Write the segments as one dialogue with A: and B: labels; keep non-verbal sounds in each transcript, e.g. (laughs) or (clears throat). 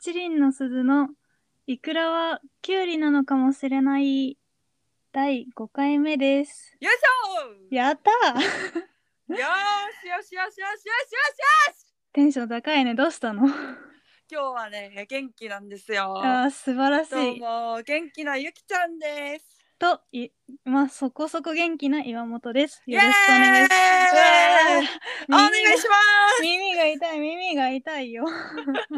A: 七輪の鈴のイクラはキュウリなのかもしれない第5回目です。
B: よいしょ
A: やったー (laughs)
B: よーしよしよしよしよしよしよし
A: テンション高いね。どうしたの
B: 今日はね元気なんですよ
A: あー素晴らし
B: どう
A: い。
B: も元気なゆきちゃんです
A: と、いまあ、そこそこ元気な岩本です。
B: イ
A: よろしくお願いし
B: エーイお
A: ます。
B: 願いします
A: 耳が耳が痛い、耳が痛いよ。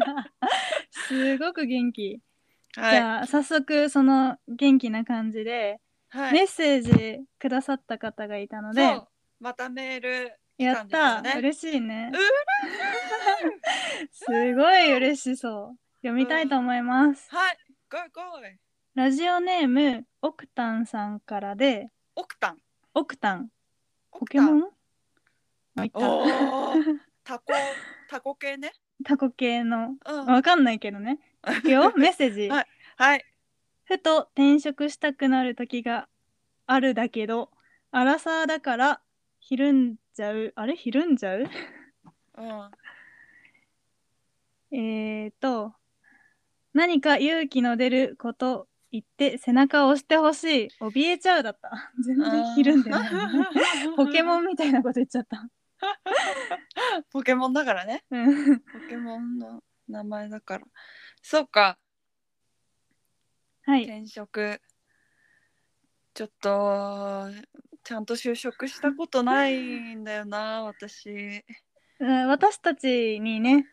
A: (laughs) すごく元気。じ
B: はい
A: ゃあ、早速、その元気な感じで、
B: はい
A: メッセージくださった方がいたので
B: そう、またメール
A: やった、
B: 来たんですよね
A: 嬉しいね
B: う。
A: (laughs) すごい嬉しそう。読みたいと思います。
B: はいゴーゴー
A: ラジオネームオクタンさんからで、
B: オクタン
A: オクタン、
B: オ
A: ポ
B: ク
A: ケ
B: タ
A: モ
B: ン
A: ン。あいた (laughs)
B: おータコタコ系ね
A: タコ系の
B: うん
A: わかんないけどね。いく
B: (laughs)
A: よメッセージ。
B: はいはい
A: ふと転職したくなる時があるだけど、アラサーだからひるんじゃう。あれひるんじゃう？
B: うん
A: えーと、何か勇気の出ること言って背中を押してほしい。怯えちゃうだった。 (laughs) 全然ひるんでないね、 (laughs) ポケモ
B: ン
A: ンみたいなこと言っちゃった。
B: ポケモンだからね
A: うん
B: ポケモンの名前だからそうか
A: はい。
B: 転職ちょっとちゃんと就職したことないんだよな私、
A: うん私たちにね、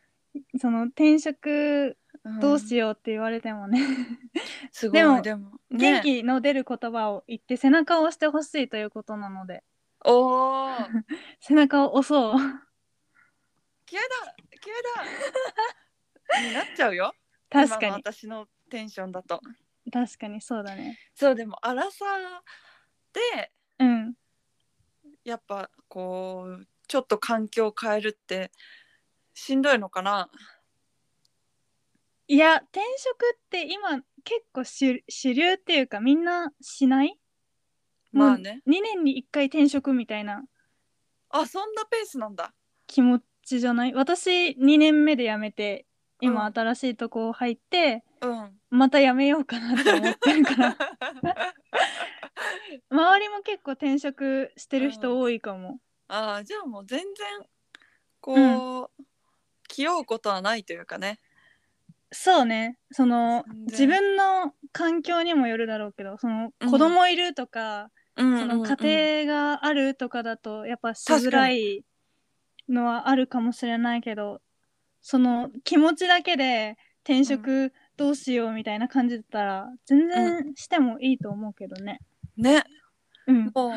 A: その転職
B: うん
A: どうしようって言われてもね、
B: すごい
A: で
B: で
A: も
B: も
A: 元
B: ね
A: 気の出る言葉を言って背中を押してほしいということなので、
B: おお
A: 背中を押そう。
B: 消えだ消
A: (laughs)
B: えだになっちゃうよ
A: 確
B: 今
A: か
B: の
A: に、
B: 私のテンションだと
A: 確かにそうだね。
B: そうでも荒さで
A: うん。
B: やっぱこうちょっと環境を変えるってしんどいのかない
A: や転職って今結構主主流っていうかみんなしない
B: まあね
A: もう2年に1回転職みたいな
B: あそんなペースなんだ
A: 気持ちじゃない私2年目で辞めて今
B: うん
A: 新しいとこ入って、
B: うん
A: また辞めようかなって思ってるから
B: (laughs)
A: 周りも結構転職してる人多いかも、
B: ああじゃあもう全然こう、気負うことはないというかね
A: そうねその自
B: 全然
A: 分の環境にもよるだろうけどその
B: うん
A: 子供いるとか、
B: そ
A: その家庭があるとかだとやっぱしづらいのはあるかもしれないけどその気持ちだけで転職どうしようみたいな感じだったら全然してもいいと思うけどね。
B: ね
A: うん、
B: もう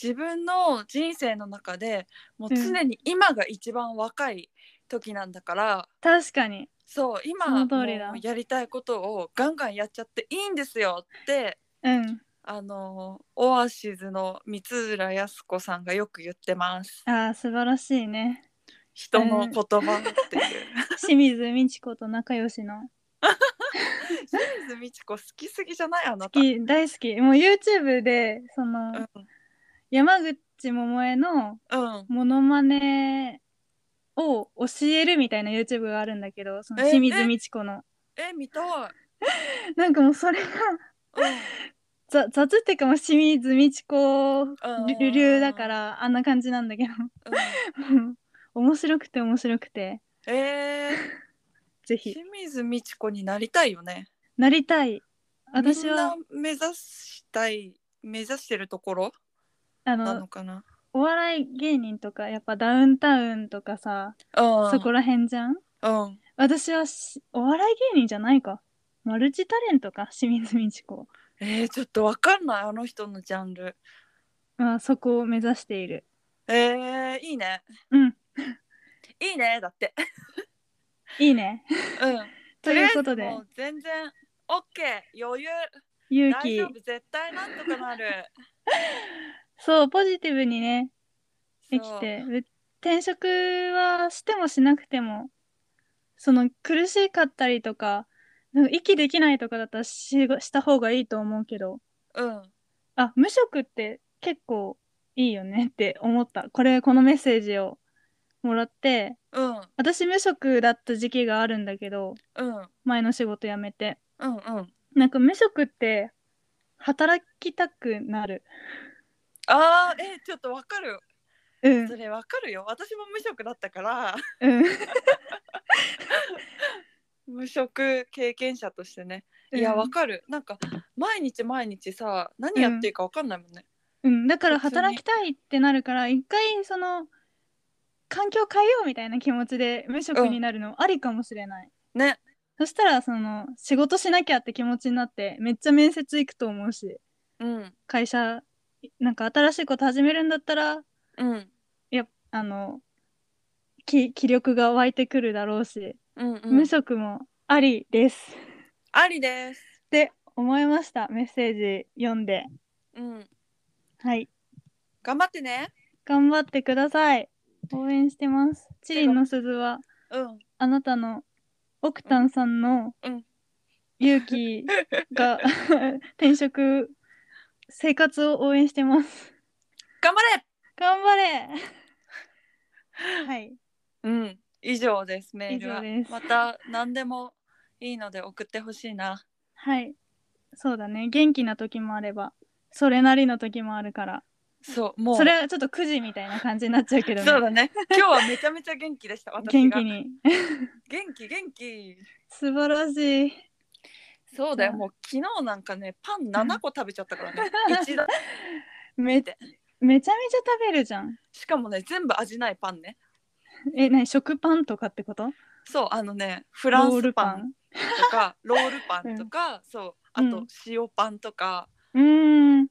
B: 自分の人生の中でもう常に今が一番若い時なんだから、
A: 確かに
B: そう
A: そ
B: 今
A: の通りだ
B: もうやりたいことをガンガンやっちゃっていいんですよって
A: うん
B: あのオアシズの三浦靖子さんがよく言ってます
A: ああ素晴らしいね。
B: 人の言葉っていう、
A: 清水美智子と仲良しの
B: 清水美智子好きすぎじゃないあなた、
A: いい大好きもう YouTube でその、
B: うん
A: 山口百恵の
B: うん、
A: モノマネを教えるみたいな YouTube があるんだけどその
B: え
A: 清水美智子の
B: え見たい、 (laughs)
A: なんかもうそれが
B: うん
A: ざ雑っていうかもう清水美智子流流だか
B: うん、
A: らあんな感じなんだけど (laughs) もう面白くて面白くて
B: え
A: (laughs) ぜ
B: ー、
A: ひ
B: 清水美智子になりたいよね
A: なりたい私
B: みんな
A: は
B: 目指したい目指してるところ
A: あ
B: な
A: の
B: のかな
A: お笑い芸人とかやっぱダウンタウンとかさ
B: うん
A: そこら辺じゃん
B: うん
A: 私はしお笑い芸人じゃないかマルチタレントか清水美智子
B: えー、ちょっとわかんないあの人のジャンル
A: まあそこを目指している
B: えー、いいね
A: うん
B: いいねだって
A: いいね
B: うん
A: (laughs) ということ
B: りあえ
A: で
B: ずもう全然オッケー余裕
A: 勇
B: 大
A: 気
B: 丈夫絶対なんとかなる
A: そうポジティブにね (laughs) 生
B: そ
A: き
B: う
A: てう転職はしてもしなくてもその苦しかったりとかなんか息できないとかだったらしした方がいいと思うけど
B: うん
A: あ無職って結構いいよねって思ったこれこのメッセージをもらって
B: うん
A: 私無職だった時期があるんだけど
B: うんうん
A: 前の仕事辞めて
B: うん
A: なんか無職って働きたくなる
B: あーえちょっとわかる
A: うん
B: それわかるよ私も無職だったから (laughs)
A: うん
B: 無職経験者としてねいやわかるなんか毎日毎日さ何やっていいかわかんないもんね、
A: うん、だから
B: 普通に
A: 働きたいってなるから一回その環境変えようみたいな気持ちで無職になるのありかもしれない、
B: ね
A: そしたらその仕事しなきゃって気持ちになってめっちゃ面接行くと思うし
B: うん
A: 会社なんか新しいこと始めるんだったら
B: うん
A: やっあの気気力が湧いてくるだろうし、
B: うんう
A: 無
B: ん
A: 職もありですっ
B: ありです
A: て思いましたメッセージ読んで
B: うん
A: はい
B: 頑張ってね
A: 頑張ってください応援してますチリンの鈴は
B: うん
A: あなたのオクタンさんの
B: うん
A: 勇気
B: (laughs)
A: が転職生活を応援してます
B: 頑張れ
A: 頑張れはい
B: うん以上ですメールは
A: 以上です
B: また何でもいいので送ってほしいな
A: はいそうだね元気な時もあればそれなりの時もあるから
B: そうもう
A: それはちょっとくじみたいな感じになっちゃうけどね
B: そうだね今日はめちゃめちゃ元気でした私
A: 元
B: が
A: 気に
B: 元気元気
A: 素晴らしい
B: そうだよ
A: そう
B: もう昨日なんかねパン7個食べちゃったから (laughs) ね一度
A: めめちゃめちゃ食べるじゃん
B: しかもね全部味ないパンね
A: え何食パンとかってこと
B: そうあのねフラン
A: ロー
B: ス
A: ル
B: パンとか (laughs) ロールパンとか、そうあ
A: う
B: と
A: ん
B: 塩パンとか、
A: うーん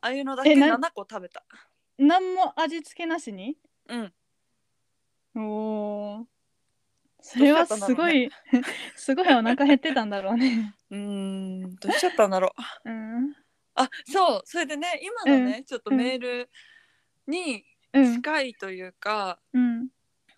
B: ああいうのだけ
A: えな
B: 7個食べた
A: 何も味付けなしに
B: うん
A: おお。それはすご
B: (laughs)
A: い、すごいお腹減ってたんだろうね。
B: うーんどうしちゃったんだろう
A: うん。
B: あそうそれでね今のね、ちょっとメールに
A: うん。
B: 近いというか、
A: うん。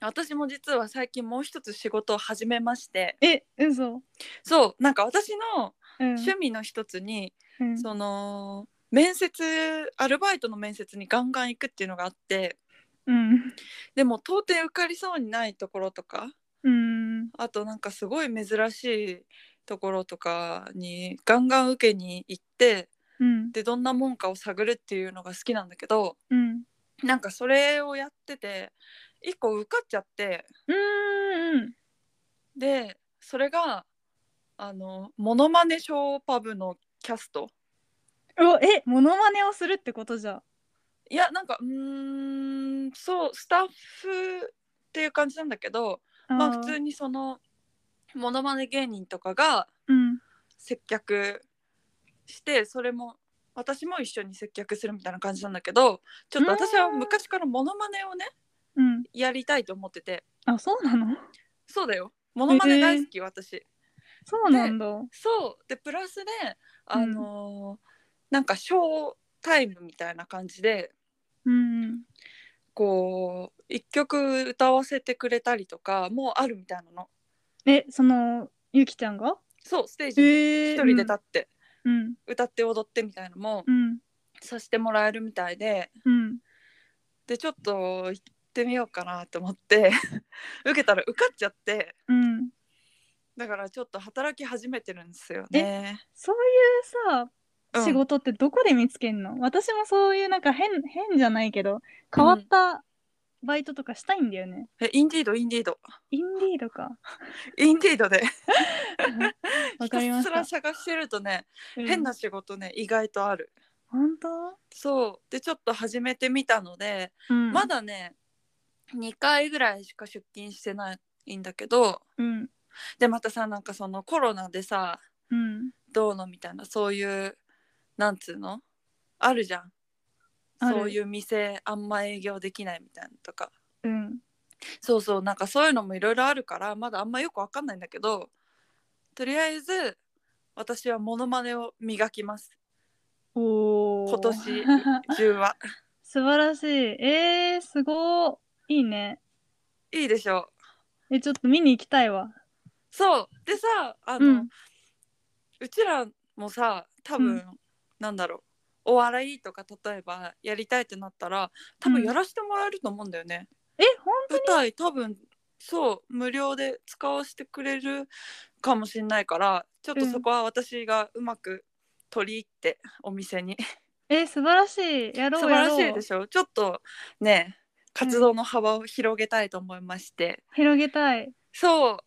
B: 私も実は最近もう一つ仕事を始めまして
A: え、嘘。
B: そうなんか私の
A: うん。
B: 趣味の一つに、
A: うん。
B: その面接アルバイトの面接にガンガン行くっていうのがあって
A: うん。
B: でも到底受かりそうにないところとか
A: うん。
B: あとなんかすごい珍しいところとかにガンガン受けに行って
A: うん。
B: でどんなもんかを探るっていうのが好きなんだけど
A: うん。
B: なんかそれをやってて1個受かっちゃって
A: うん。
B: でそれがあのモノマネショーパブのキャスト
A: お、え、モノマネをするってことじゃ。
B: いやなんかうーんそうスタッフっていう感じなんだけどまあ普通
A: に。
B: にそのモノマネ芸人とかが
A: うん。
B: 接客してそれも私も一緒に接客するみたいな感じなんだけどちょっと私は昔からモノマネをね
A: うん。
B: やりたいと思ってて
A: あ、そうなの。
B: そうだよモノマネ大好き、私
A: そうなんだ。う
B: そうでプラスであのーなんかショータイムみたいな感じで
A: ん。
B: こう一曲歌わせてくれたりとかもあるみたいなの
A: え、その、ゆきちゃんが。
B: そうステージに
A: え
B: 一人で立
A: た。
B: って
A: うん。
B: 歌って踊ってみたいなのも
A: うん。
B: させてもらえるみたいで
A: うん。
B: でちょっと行ってみようかなと思って (laughs) 受けたら受かっちゃって
A: うん。
B: だからちょっと働き始めてるんですよね。
A: そういうさ、
B: うん
A: 仕事ってどこで見つけんの、私もそういうなんか変変じゃないけど変わったバイトとかしたいんだよね、
B: えインディードインディード
A: インディード
B: (laughs)
A: か
B: インディードで
A: わ
B: ひ
A: か
B: た
A: りますし
B: ら
A: た
B: 探してるとね、変な仕事ね意外とある。
A: うん本当、
B: そうでちょっと始めてみたので、
A: うん
B: まだね2回ぐらいしか出勤してないんだけど
A: うん
B: でまたさなんかそのコロナでさ
A: うん
B: どうのみたいなそういうなんつうのあるじゃん
A: ある
B: そういう店あんま営業できないみたいなのとか
A: うん
B: そうそうなんかそういうのもいろいろあるからまだあんまよくわかんないんだけどとりあえず私はモノマネを磨きます
A: おお
B: 今年中
A: (laughs)
B: は
A: 素晴らしいえー、すごいいいね
B: いいでしょう
A: えちょっと見に行きたいわ
B: そうでさあの、
A: う
B: うんちらもさ多
A: う
B: 分、
A: ん
B: なんだろうお笑いとか例えばやりたいってなったら多分やらせてもらえると思うんだよね、
A: えほん
B: 舞台多分そう無料で使わせてくれるかもしれないからちょっとそこは私がうまく取り入ってお店に、
A: え素晴らしいやろ
B: 素
A: う
B: 晴
A: や
B: ら
A: ろう
B: しいでしょちょっとね活動の幅を広げたいと思いまして、
A: 広げたい
B: そう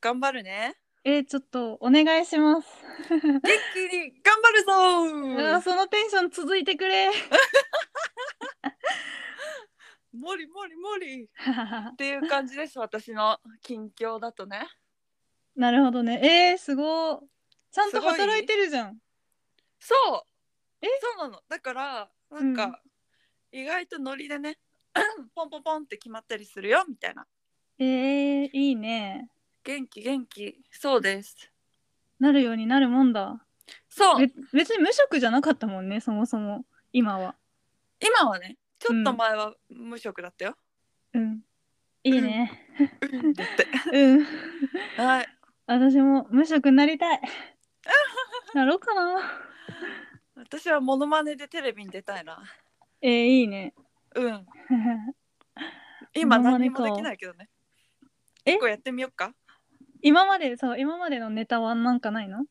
B: 頑張るね
A: えちょっとお願いします、
B: 元気に頑
A: う
B: 張
A: わ
B: るぞ
A: そのテンション続いてくれ (laughs)
B: ーもりもりもりっていう感じです私の近況だとね
A: なるほどねえー、すごーちゃんと
B: すごい
A: 働いてるじゃん
B: そう
A: え
B: そうなのだからなんか、意外とノリでね (clears throat) ポンポンポンって決まったりするよみたいな
A: えー、いいね
B: 元気元気そうです
A: なるようになるもんだ
B: そう
A: べ別に無職じゃなかったもんねそもそも今は
B: 今はねちょっと前は無職だったよ、
A: うんいいね
B: だって
A: うん
B: はい
A: 私も無職になりた
B: (laughs)
A: いなろうかな
B: 私はモノマネでテレビに出たいな
A: えー、いいね (laughs)
B: うん今
A: モノマネ
B: 何に
A: か
B: もできないけどね
A: え
B: 結構やってみよっか
A: 今までそう今までのネタはなんかないの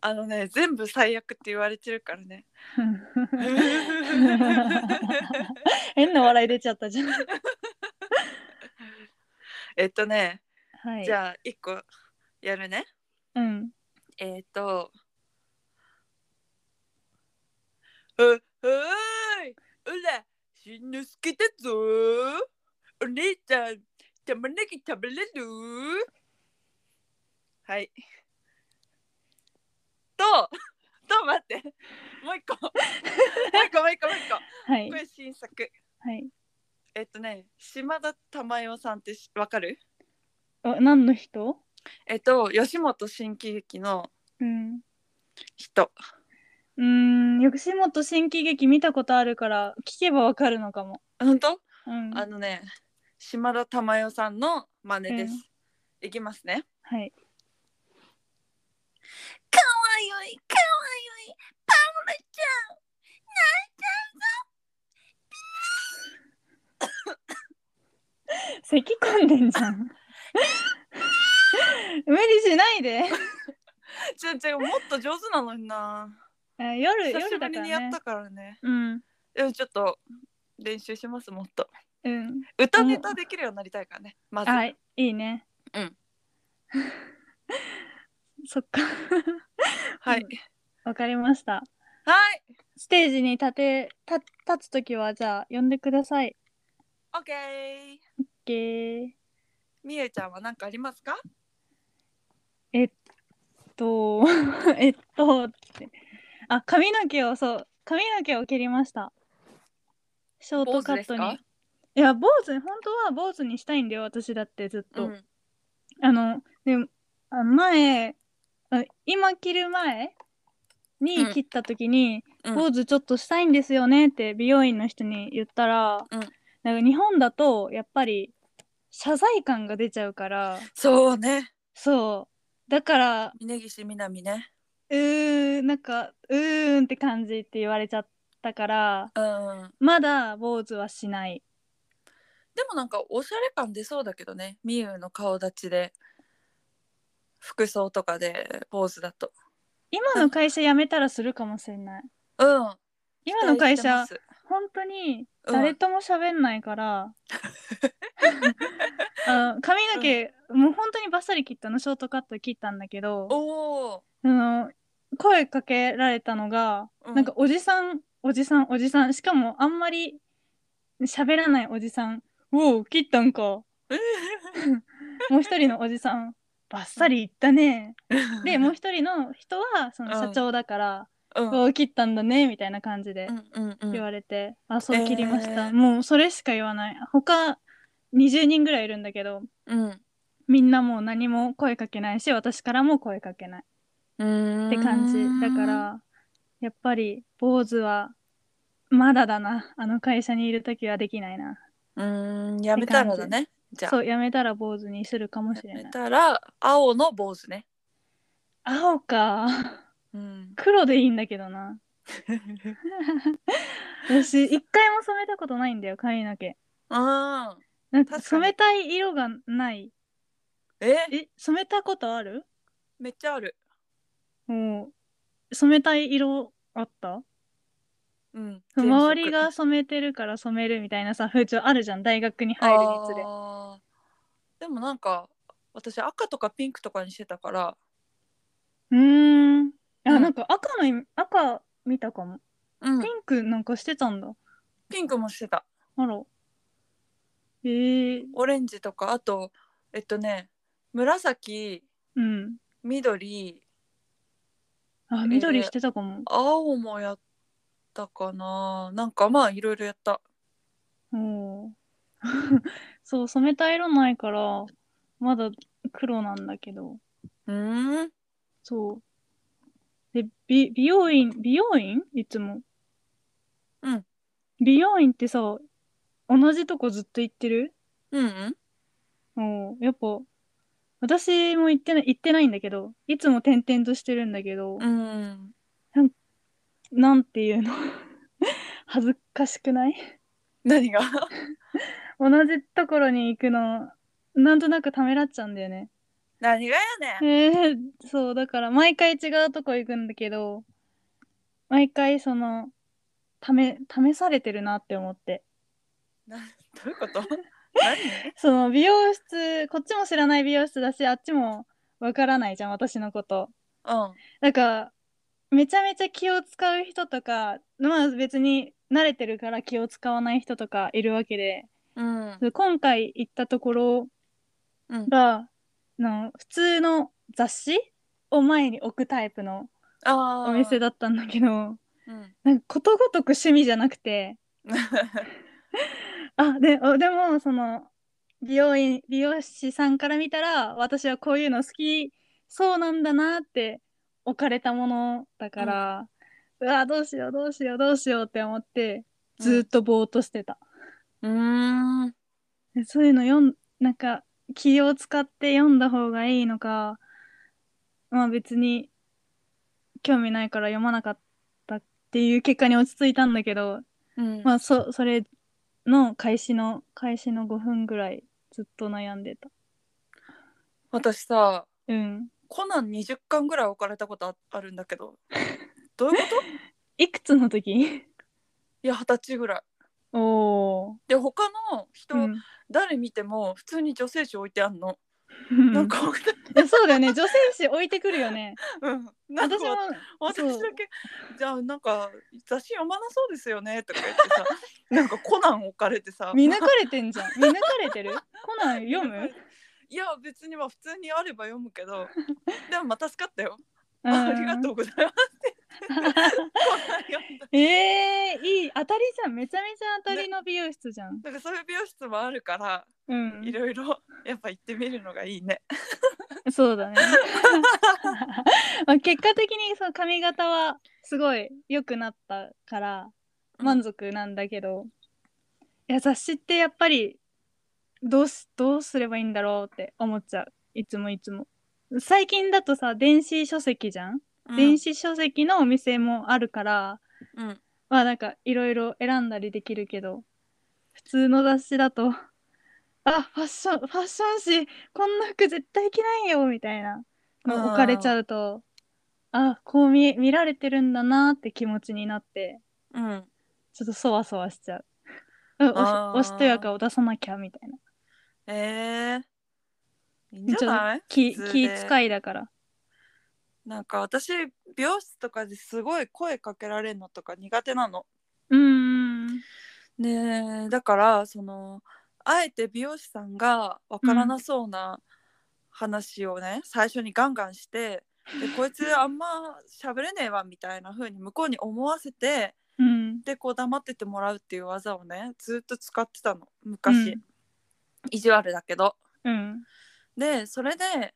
B: あのね全部最悪って言われてるから
A: (laughs)
B: ね
A: 変な笑い出ちゃったじゃん
B: えっとね
A: はい
B: じゃあ一個やるね
A: うん
B: えっ、ー、と「うはーいおらしんのすけだぞお姉さん玉ねぎ食べれる?」はいとと待ってもう一個もう一個もう一個もう一個
A: はい
B: これ新作
A: はい
B: えっ、とね島田珠代さんってしわかる
A: お何の人
B: えっ、と吉本新喜劇の
A: うん
B: 人
A: うーん吉本新喜劇見たことあるから聞けばわかるのかも。
B: 本当
A: うん、
B: あのね、島田珠代さんの真似です。
A: うん
B: いきますね。
A: はい。
B: かわよい、かわよい、パウラちゃん、
A: 咳込んでんじゃ
B: (laughs)
A: ん。無理しないで。
B: ちょちょ、もっと上手なのにな。
A: あ夜
B: 久し
A: 夜
B: ぶ
A: だ
B: り
A: から
B: にや
A: ね
B: った。からね。
A: うん
B: でもちょっと練習します、もっと。
A: うん。
B: 歌ネタできるようになりたいからね、まず。
A: あいいね。
B: うん。
A: (laughs) そっか。
B: はい。
A: わかりました。
B: はい。
A: ステージに立て立立つときはじゃあ呼んでください。
B: オッケー。
A: ゲー
B: みえちゃんは何かありますか
A: えっと (laughs) えっとってあ髪の毛をそう髪の毛を切りましたショートカット
B: 坊主で
A: に
B: す
A: いや坊主本当は坊主にしたいんだよ私だってずっと、
B: うん
A: あのでもあ前あ今切る前
B: う
A: に
B: ん
A: 切った時に、
B: うん
A: 坊主ちょっとしたいんですよねって美容院の人に言ったら、
B: うん
A: なんか日本だとやっぱり謝罪感が出ちゃうから
B: そうね。
A: そうだから
B: 峯岸みなみね。
A: うーんなんかうーんって感じって言われちゃったから
B: うん。
A: まだ坊主はしない
B: でもなんかおしゃれ感出そうだけどねみゆの顔立ちで服装とかでポーズだと
A: 今の会社辞めたらするかもしれない
B: うん
A: 今の会
B: 期
A: 社
B: 待して
A: 本当に
B: うん
A: 誰とも喋んないから、 (laughs) あの髪の毛、もう本当にバッサリ切ったのショートカット切ったんだけど
B: ますおお、
A: あの声かけられたのが、
B: う
A: なんか
B: (laughs)
A: おじさんおじさんおじさんしかもあんまり喋らないおじさん「うおう切ったんか」もう一人のおじさんばっさり言ったねでもう一人の人はその
B: うん
A: 社長だから
B: う
A: 「
B: ん、
A: こう切ったんだね」みたいな感じで
B: うんうんうん
A: 言われて「あそう切りました」
B: えー
A: もうそれしか言わない他20人ぐらいいるんだけど
B: うん
A: みんなもう何も声かけないし私からも声かけないっ
B: うーん
A: て感じだからやっぱり坊主はまだだなあの会社にいる時はできないな
B: うーんやめたらだねじゃあ
A: そうやめたら坊主にするかもしれ
B: や
A: な
B: め
A: い
B: たら青の坊主ね
A: 青か
B: うん
A: 黒でいいんだけどな私一回も染めたことないんだよ髪の毛
B: うん
A: なんか
B: 確かに
A: 染めたい色がない。
B: え
A: え、染めたことある
B: めっちゃある
A: もう、染めたい色あった
B: うん
A: 周りが染めてるから染めるみたいなさ、風潮あるじゃん、大学に入るにつれ。
B: あーでもなんか私赤とかピンクとかにしてたから
A: うーん。
B: う
A: あ、
B: ん
A: なんか赤のイメ、赤見たかも。
B: うん
A: ピンクなんかしてたんだ。
B: ピンクもしてた
A: あら。えー、
B: オレンジとかあとえっとね紫
A: うん。
B: 緑
A: あ、緑してたかも。
B: 青もやったかななんかまあいろいろやった
A: おー (laughs) そう、染めた色ないから、まだ黒なんだけど。
B: うーん
A: そう。で、美美容院、美容院いつも。
B: うん。
A: 美容院ってさ、同じとこずっと行ってる
B: うんうん
A: もう、やっぱ、私も行ってない、行ってないんだけど、いつも転々としてるんだけど、
B: うん
A: なんていうの (laughs) 恥ずかしくない (laughs)
B: 何が
A: 同じところに行くの、なんとなくためらっちゃうんだよね。
B: (laughs) 何がやねん
A: えー、 (laughs) そう、だから毎回違うとこ行くんだけど、毎回その、試、試されてるなって思って。
B: などういうこと (laughs) 何
A: その美容室、こっちも知らない美容室だし、あっちもわからないじゃん、私のこと。
B: うん
A: なんか、めちゃめちゃ気を使う人とか、まあ別に慣れてるから気を使わない人とかいるわけで、
B: うん
A: 今回行ったところ
B: うん
A: が、の普通の雑誌を前に置くタイプの
B: ああ
A: お店だったんだけど、
B: うん (laughs)
A: なんかことごとく趣味じゃなくて、あ、で、おでも、その、美容院、美容師さんから見たら、私はこういうの好きそうなんだなって置かれたものだから、うわ、どうしよう、どうしよう、どうしようって思って、ずーっとぼーっとしてた。
B: うーん
A: でそういうの読ん、なんか、気を使って読んだ方がいいのか、まあ別に、興味ないから読まなかったっていう結果に落ち着いたんだけど、
B: うん
A: まあそそれの開始の開始の5分ぐらいずっと悩んでた
B: 私さ
A: うん
B: コナン20巻ぐらい置かれたことああるんだけどどういうこと
A: いくつの時
B: いや二十歳ぐらい
A: おお、
B: で他の人、
A: うん、
B: 誰見ても普通に女性誌置いてあんの、なんか (laughs) 置いて
A: いやそうだよね女性誌置いてくるよね
B: うん (laughs) なんか
A: 私もそう
B: 私だけじゃあなんか雑誌読まなそうですよねとか言って
A: (laughs)
B: さなんかコナン置かれてさ
A: 見抜かれてんじゃん見抜かれてるコナン読
B: (laughs)
A: む、
B: いや別にまあ普通にあれば読む
A: (laughs)
B: けどでもまあ助かったよ、
A: うん、
B: ありがとうございます
A: (laughs)
B: コナン読んだ
A: えー、いい当たりじゃんめちゃめちゃ当たりの美容室じゃん、
B: なんかそういう美容室もあるから
A: うん
B: いろいろやっぱ行ってみるのがいいね
A: そうだね。 (laughs) まあ結果的にその髪型はすごい良くなったから満足なんだけど、いや雑誌ってやっぱりどうしどうすればいいんだろうって思っちゃういつもいつも。最近だとさ電子書籍じゃん、
B: うん
A: 電子書籍のお店もあるから
B: うん
A: まあなんかいろいろ選んだりできるけど普通の雑誌だとあファッションファッション誌こんな服絶対着ないよみたいなの置かれちゃうとあこう見え見られてるんだなって気持ちになって
B: うん
A: ちょっとそわそわしちゃう。うん
B: あー
A: おしおしとやかを出さなきゃみたいな
B: えー、いいんじゃない
A: 気
B: 普通で
A: 気使いだから
B: なんか私美容室とかですごい声かけられるのとか苦手なの。
A: うーん
B: ねえだからそのあえて美容師さんがわからなそうな話をね、最初にガンガンしてでこいつあんま喋れねえわみたいな風に向こうに思わせて
A: うん
B: でこう黙っててもらうっていう技をねずっと使ってたの昔、
A: うん
B: 意地悪だけど。
A: うん
B: でそれで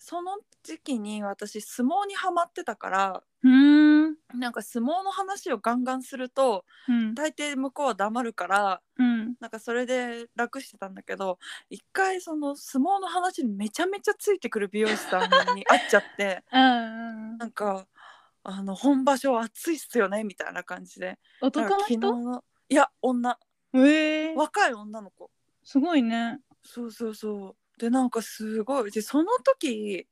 B: その時期に私相撲にはまってたから
A: うーん
B: なんか相撲の話をガンガンすると
A: うん
B: 大抵向こうは黙るから
A: うん
B: なんかそれで楽してたんだけど一回その相撲の話にめちゃめちゃついてくる美容師さんに会っちゃって
A: あー
B: なんかあの本場所暑いっすよねみたいな感じで
A: 男の
B: なんか昨
A: 人
B: 日のいや女
A: ええー、
B: 若い女の子
A: すごいね。
B: そうそうそうでなんかすごいでその時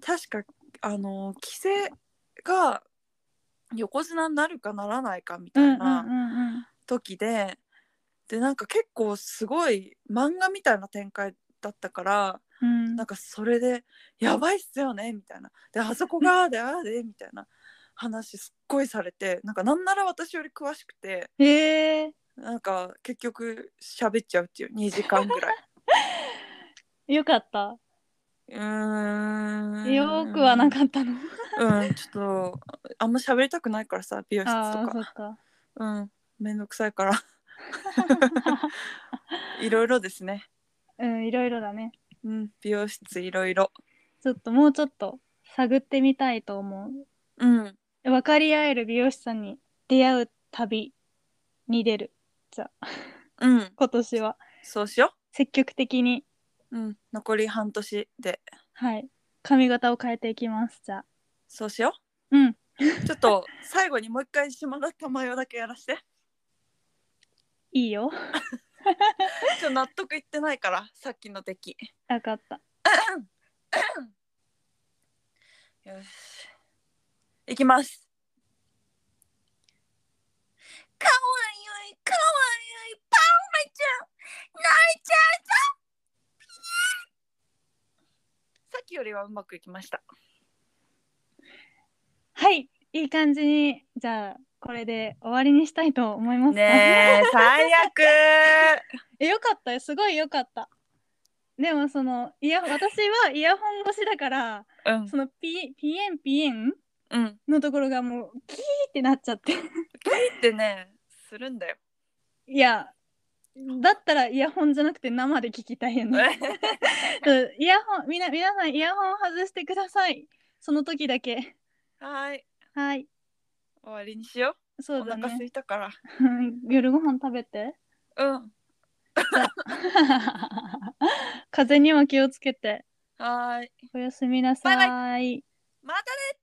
B: 確かあの規制が横綱になるかならないかみ
A: う
B: た
A: んう
B: い
A: んう
B: なん
A: うん。
B: 時で、でなんか結構すごい漫画みたいな展開だったから
A: うん
B: なんかそれで「やばいっすよね」みたいな「であそこがああでああで」みたいな話すっごいされてなんかなんなら私より詳しくて
A: えー、
B: なんか結局喋っちゃうっていう2時間
A: (laughs)
B: ぐらい。
A: よかった。
B: うーん
A: よーくはなか
B: (laughs)
A: ったの。
B: うん、ちょっとあんま喋りたくないからさ美容室
A: あ
B: と
A: あ、そ
B: か
A: っか。
B: うんめんどくさいから
A: (laughs)
B: いろいろですね
A: うん、いろいろだね。
B: うん美容室いろいろ
A: ちょっともうちょっと探ってみたいと思
B: うん
A: う。分かり合える美容師さんに出会う旅に出る。
B: うん
A: 今年は
B: そうしよ
A: 積極的に、
B: ううん残り半年で
A: はい、髪型を変えていきます。じゃあ。
B: そうしよ
A: うん。
B: うちょっと最後にもう一回島田珠代だけやら (laughs) して
A: いいよ。
B: ちょっと納得いってないからさっきの出来
A: わかった。
B: よし。いきます。かわいい、かわいい、パオラちゃん、泣いちゃうぞさっきよりはうまくいきました。
A: はい。いい感じに、じゃあ、これで終わりにしたいと思いますか。
B: ねえ、最悪
A: えよかったよすごいよかったでもそのイヤ私はイヤホン越しだからそのピピエンピエン
B: うん、うん。
A: のところがもうキーってなっちゃって
B: ってね、するんだよ。
A: いやだったらイヤホンじゃなくて生で聞きたいよねそうイヤホンみな皆さんイヤホン外してくださいその時だけ
B: (laughs) はい、
A: はい
B: 終わりにしよう。
A: そ
B: お
A: うだ
B: 腹空
A: ね
B: いたから。
A: 夜ご飯食べ
B: (laughs)
A: て
B: うん。
A: 風邪には気をつけて
B: はーい。
A: おやすみなさい
B: バイまたね